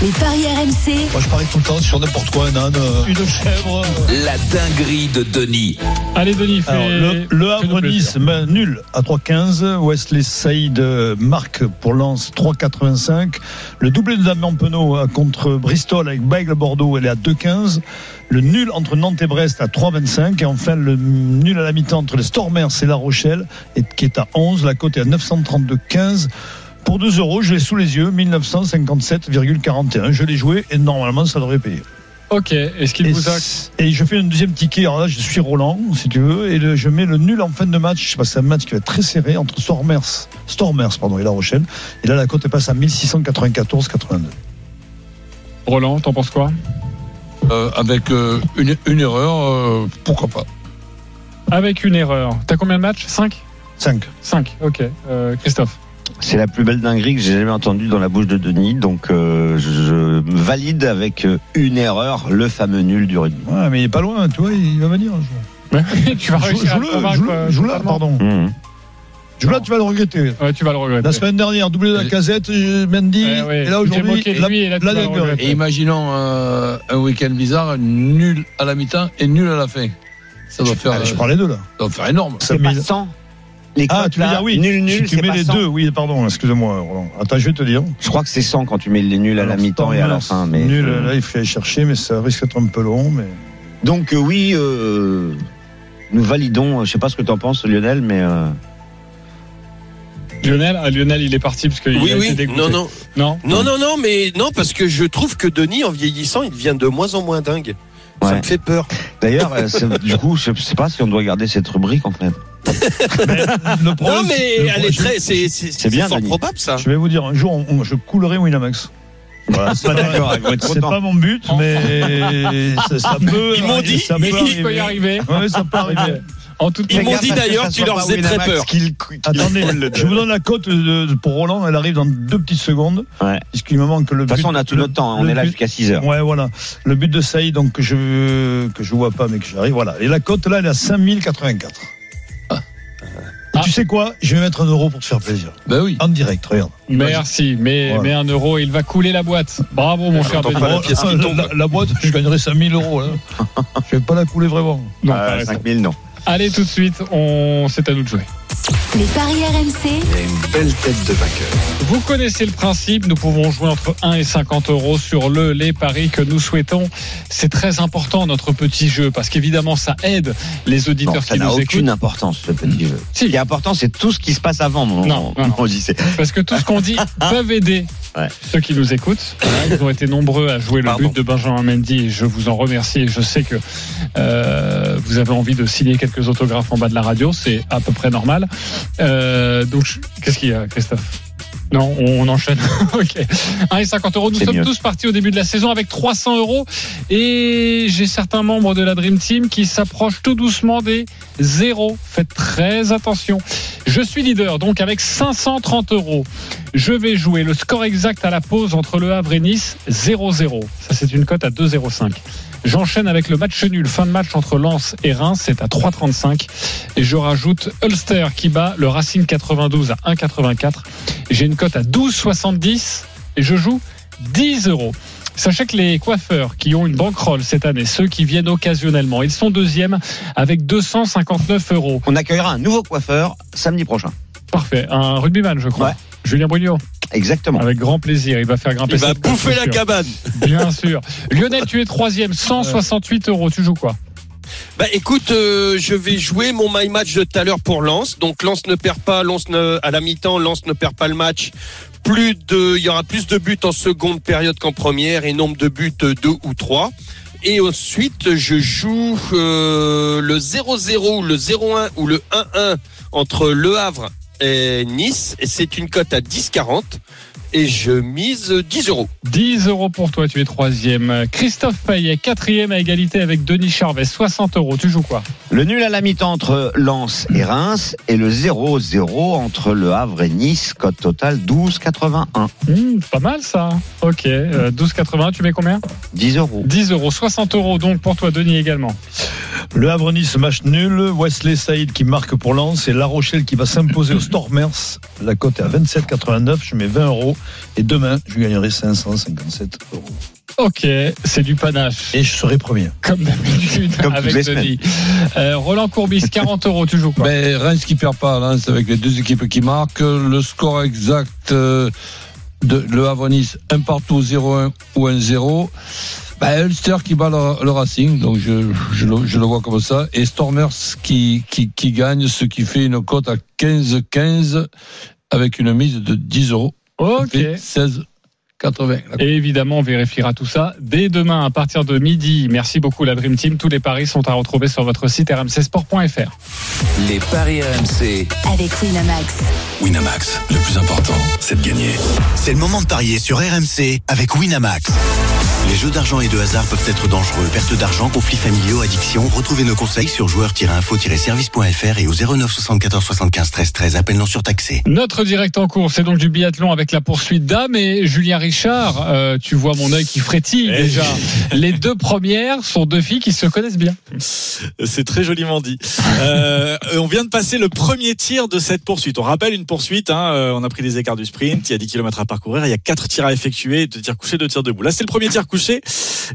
Les paris RMC. Moi, je parie tout le temps sur n'importe quoi, un âne, euh, une chèvre. euh. La dinguerie de Denis. Allez, Denis, fais- Alors, le, le fais-nous Havre plaisir. Nice main nul à 3,15. Wesley Saïd euh, marque pour Lens 3,85. Le doublé de Damien Penaud euh, contre Bristol avec Baigle Bordeaux, elle est à 2,15. Le nul entre Nantes et Brest à 3,25. Et enfin, le nul à la mi-temps entre les Stormers et La Rochelle, et, qui est à 11. La cote est à 932,15. Pour 2 euros, je l'ai sous les yeux, 1957,41. Je l'ai joué et normalement, ça devrait payer. Ok, est-ce qu'il Et, vous a. c- et je fais un deuxième ticket. Alors là, je suis Roland, si tu veux, et le- je mets le nul en fin de match. Je pense que c'est un match qui va être très serré entre Stormers, Stormers pardon, et La Rochelle. Et là, la cote elle passe à 1694,82. Roland, t'en penses quoi Euh, avec euh, une, une erreur, euh, pourquoi pas Avec une erreur. T'as combien de matchs 5 5. 5, ok. Euh, Christophe. C'est la plus belle dinguerie que j'ai jamais entendue dans la bouche de Denis. Donc euh, je valide avec euh, une erreur le fameux nul du rugby. Ouais, mais il est pas loin, tu vois, il va venir. un jour. tu vas Joue- réussir à le Joue-le, convaincre, euh, joue-le, joue-le, totalement. pardon. Mmh. Joue-le, tu vas le regretter. Ouais, tu vas le regretter. Eh La semaine dernière, doublé de la Et- casette, euh, Mendy, Ouais, ouais. et là Tu t'es aujourd'hui, moqué de la- lui, et là, tu la vas le dinguerie. regretter. Et imaginons euh, un week-end bizarre, nul à la mi-temps et nul à la fin. Ça doit faire, Allez, je euh, prends les deux là. ça doit faire énorme. Ça C'est pas met- 100. Les Ah, cotes, tu veux là, dire oui. Nul, nul, si c'est tu mets pas les 100. deux, oui, pardon, excuse-moi, Roland. Attends, je vais te dire. Je crois que c'est 100 quand tu mets les nuls à la Alors, mi-temps et à la fin. Mais euh, Nul, là, il faut aller chercher, mais ça risque d'être un peu long. Mais... Donc euh, oui, euh, nous validons. euh, Je sais pas ce que t'en penses, Lionel, mais euh, Lionel, ah, Lionel, il est parti parce qu'il Oui, a été oui. dégoûté. Non, non. Non Non, non, non, mais non, parce que je trouve que Denis, en vieillissant, il devient de moins en moins dingue. Ça Ouais. me fait peur. d'ailleurs, euh, c'est- du coup, je sais pas si on doit garder cette rubrique en fait. Le Non, problème, mais c'est- le elle est pro- très. C'est c'est- C'est bien, c'est fort Denis. probable, ça. Je vais vous dire, un jour, on- on- je coulerai Winamax. Voilà, c'est pas, ils vont être c'est contents. pas mon but, mais ça, ça peut. Ils m'ont dit, ça Mais peut il peut y arriver. arriver. Ouais, ça peut arriver. En toute Ils Fais m'ont gaffe dit parce que d'ailleurs, ça tu soit leur pas faisais très Winamax peur. qui le- qui le Attendez, coule, le- je vous donne la cote de- de- pour Roland. Elle arrive dans deux petites secondes. Ouais. Puisqu'il me manque le De toute façon, on a tout notre temps. hein. On est là jusqu'à 6 heures. Ouais, voilà. Le but de Saïd, donc, que je, que je vois pas, mais que j'arrive. Voilà. Et la cote, là, elle est à 5084. Et Ah. tu sais quoi Je vais mettre un euro pour te faire plaisir. Ben oui. En direct, regarde. Merci, mais, Voilà. mais un euro, il va couler la boîte. Bravo, mon cher Denis. Oh, la, la- la boîte, je gagnerais 5000 euros. là. Je vais pas la couler vraiment. Non, t'as Euh, raison. 5000 non. Allez, tout de suite, on... c'est à nous de jouer. Les paris RMC. Il a une belle tête de vainqueur. Vous connaissez le principe, nous pouvons jouer entre 1 et 50 euros sur le les paris que nous souhaitons. C'est très important notre petit jeu parce qu'évidemment ça aide les auditeurs Non, ça qui n'a nous aucune écoutent. importance ce petit jeu. Ce Si. qui est important, c'est tout ce qui se passe avant. Mon, Non, non, mon- non. mon JC. Parce que tout ce qu'on dit peut aider Ouais. ceux qui nous écoutent. Voilà, Ils ont été nombreux à jouer le Pardon. but de Benjamin Mendy et je vous en remercie. Et je sais que euh, vous avez envie de signer quelques autographes en bas de la radio, c'est à peu près normal. Euh, donc, je- qu'est-ce qu'il y a, Christophe non, on on enchaîne. ok. 1 et 50 euros. Nous C'est sommes mieux. tous partis au début de la saison avec 300 euros. Et j'ai certains membres de la Dream Team qui s'approchent tout doucement des zéros. Faites très attention. Je suis leader, donc avec 530 euros. Je vais jouer le score exact à la pause entre Le Havre et Nice, 0-0. Ça, c'est une cote à 2,05. J'enchaîne avec le match nul, fin de match entre Lens et Reims, c'est à 3,35. Et je rajoute Ulster qui bat le Racing 92 à 1,84. J'ai une cote à 12,70 et je joue 10 euros. Sachez que les coiffeurs qui ont une banquerolle cette année, ceux qui viennent occasionnellement, ils sont deuxièmes avec 259 euros. On accueillera un nouveau coiffeur samedi prochain. Parfait. Un rugbyman, je crois. Ouais. Julien Brugnot. Exactement. Avec grand plaisir. Il va faire grimper Il va cette cote, bouffer bien la sûr. cabane. Bien sûr. Lionel, tu es troisième, 168 euros. Tu joues quoi Bah écoute, euh, je vais jouer mon my match de tout à l'heure pour Lens. Donc Lens ne perd pas, Lens ne, à la mi-temps, Lens ne perd pas le match. Plus de, il y aura plus de buts en seconde période qu'en première et nombre de buts euh, deux ou trois. Et ensuite, je joue euh, le 0-0 ou le 0-1 ou le 1-1 entre Le Havre et Nice. Et c'est une cote à 10,40. Et je mise 10 euros. 10 euros pour toi, tu es troisième. Christophe Payet, quatrième à égalité avec Denis Charvet, 60 euros. Tu joues quoi Le nul à la mi-temps entre Lens et Reims et le 0-0 entre Le Havre et Nice, cote totale 12,81. Hmm, c'est Pas mal ça. Ok, euh, 12,80, tu mets combien 10 euros. 10 euros, 60 euros donc pour toi, Denis également. Le Havre-Nice match nul, Wesley Saïd qui marque pour Lens et La Rochelle qui va s'imposer au Stormers. La cote est à 27,89, je mets 20 euros et demain je gagnerai 557 euros. Ok, c'est du panache, Et je serai premier. comme d'habitude Comme toutes avec les Denis. Euh, Roland Courbis, 40 euros, tu joues quoi Ben, Reims qui perd pas, Reims avec les deux équipes qui marquent. Le score exact euh, de Le Havre-Nice, un partout, 0-1 ou 1-0. Ben, Ulster qui bat le, le Racing, donc je, je, le, je le vois comme ça. Et Stormers qui, qui, qui gagne, ce qui fait une cote à 15-15 avec une mise de 10 euros. Ça Ok. fait 16,80. Et évidemment, on vérifiera tout ça dès demain à partir de midi. Merci beaucoup la Dream Team. Tous les paris sont à retrouver sur votre site rmcsport.fr. Les paris RMC. avec Winamax. Winamax, le plus important, c'est de gagner. C'est le moment de parier sur RMC avec Winamax. Les jeux d'argent et de hasard peuvent être dangereux. Perte d'argent, conflits familiaux, addiction. Retrouvez nos conseils sur joueurs-info-service.fr et au 09 74 75 13 13. Appel non surtaxé. Notre direct en cours, c'est donc du biathlon avec la poursuite d'âme. Et Julien Richard, euh, tu vois mon œil qui frétille Eh. déjà. Les deux premières sont deux filles qui se connaissent bien. C'est très joliment dit. Euh, on vient de passer le premier tir de cette poursuite. On rappelle une poursuite. Hein, euh, on a pris les écarts du sprint. Il y a 10 km à parcourir. Il y a quatre tirs à effectuer. Deux tirs couchés, deux tirs debout. Là, c'est le premier tir couché.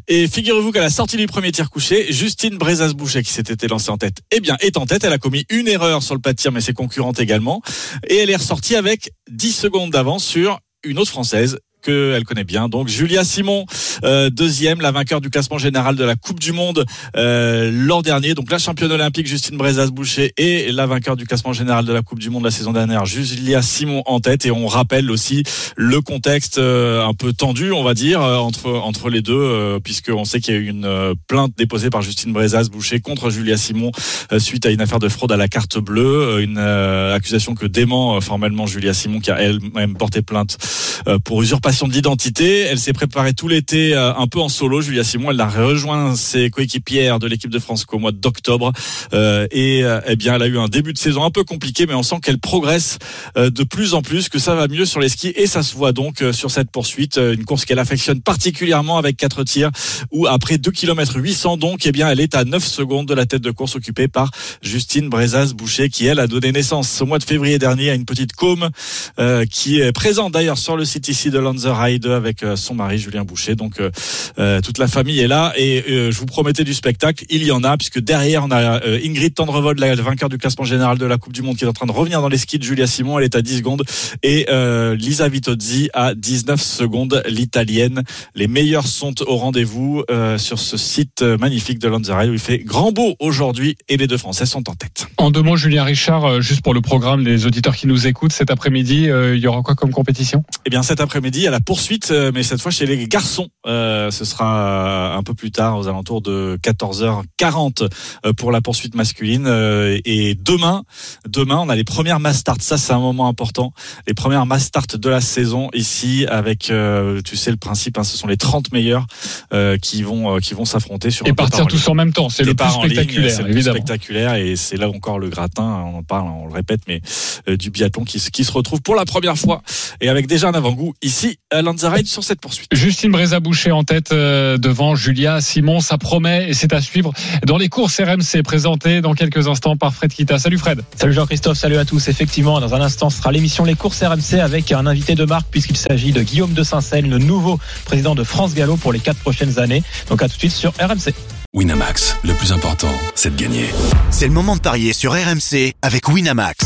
Et figurez-vous qu'à la sortie du premier tir couché, Justine Brezas-Boucher, qui s'était lancée en tête, eh bien, est en tête. Elle a commis une erreur sur le pas de tir, mais ses concurrentes également. Et elle est ressortie avec 10 secondes d'avance sur une autre Française qu'elle connaît bien. Donc, Julia Simon, euh, deuxième, la vainqueur du classement général de la Coupe du Monde euh, l'an dernier. Donc la championne olympique Justine Brezas-Boucher et la vainqueur du classement général de la Coupe du Monde la saison dernière, Julia Simon en tête. Et on rappelle aussi le contexte euh, un peu tendu, on va dire, euh, entre entre les deux, euh, puisqu'on sait qu'il y a eu une euh, plainte déposée par Justine Brezas-Boucher contre Julia Simon euh, suite à une affaire de fraude à la carte bleue, euh, une euh, accusation que dément euh, formellement Julia Simon, qui a elle-même porté plainte euh, pour usurpation de l'identité. Elle s'est préparée tout l'été euh, un peu en solo. Julia Simon, elle a rejoint ses coéquipières de l'équipe de France qu'au mois d'octobre. Euh, et euh, eh bien, elle a eu un début de saison un peu compliqué, mais on sent qu'elle progresse euh, de plus en plus, que ça va mieux sur les skis et ça se voit donc euh, sur cette poursuite, Euh, une course qu'elle affectionne particulièrement avec quatre tirs où après 2 km 800 donc, eh bien, elle est à 9 secondes de la tête de course occupée par Justine Brezas Boucher qui elle a donné naissance au mois de février dernier à une petite côme euh, qui est présent d'ailleurs sur le site ici de Lanzer Heide avec euh, son mari Julien Boucher. Donc euh, euh, toute la famille est là et euh, je vous promettais du spectacle, il y en a puisque derrière on a euh, Ingrid Tendrevol, la vainqueur du classement général de la Coupe du Monde qui est en train de revenir dans les skis de Julia Simon, elle est à 10 secondes et euh, Lisa Vitozzi à 19 secondes l'italienne. Les meilleurs sont au rendez-vous euh, sur ce site euh, magnifique de Lanzer Heide où il fait grand beau aujourd'hui et les deux Français sont en tête. En deux mots, Julien Richard, euh, juste pour le programme, les auditeurs qui nous écoutent cet après-midi, euh, il y aura quoi comme compétition Eh bien, cet après-midi, à la poursuite, euh, mais cette fois chez les garçons. Euh, ce sera euh, un peu plus tard, aux alentours de 14h40 euh, pour la poursuite masculine. Euh, et demain, demain, on a les premières mass starts. Ça, c'est un moment important. Les premières mass starts de la saison ici, avec, euh, tu sais, le principe, hein, ce sont les 30 meilleurs euh, qui vont euh, qui vont s'affronter sur Et un départ partir en ligne. tous en même temps, c'est le plus Départ en ligne, spectaculaire, c'est le plus évidemment. spectaculaire et c'est là encore le gratin, hein, on en parle, on le répète, mais euh, du biathlon qui, se- qui se retrouve pour la première fois et avec déjà un avant-goût ici euh, Lanzarine sur cette poursuite. Justine Brézaboucher en tête euh, devant Julia Simon, ça promet et c'est à suivre dans les courses RMC présentées dans quelques instants par Fred Kita. Salut Fred. Salut Jean-Christophe, salut à tous. Effectivement, dans un instant, ce sera l'émission Les courses RMC avec un invité de marque puisqu'il s'agit de Guillaume de Saint-Seine, le nouveau président de France Gallo pour les quatre prochaines années. Donc à tout de suite sur RMC. Winamax, le plus important, c'est de gagner. C'est le moment de parier sur RMC avec Winamax.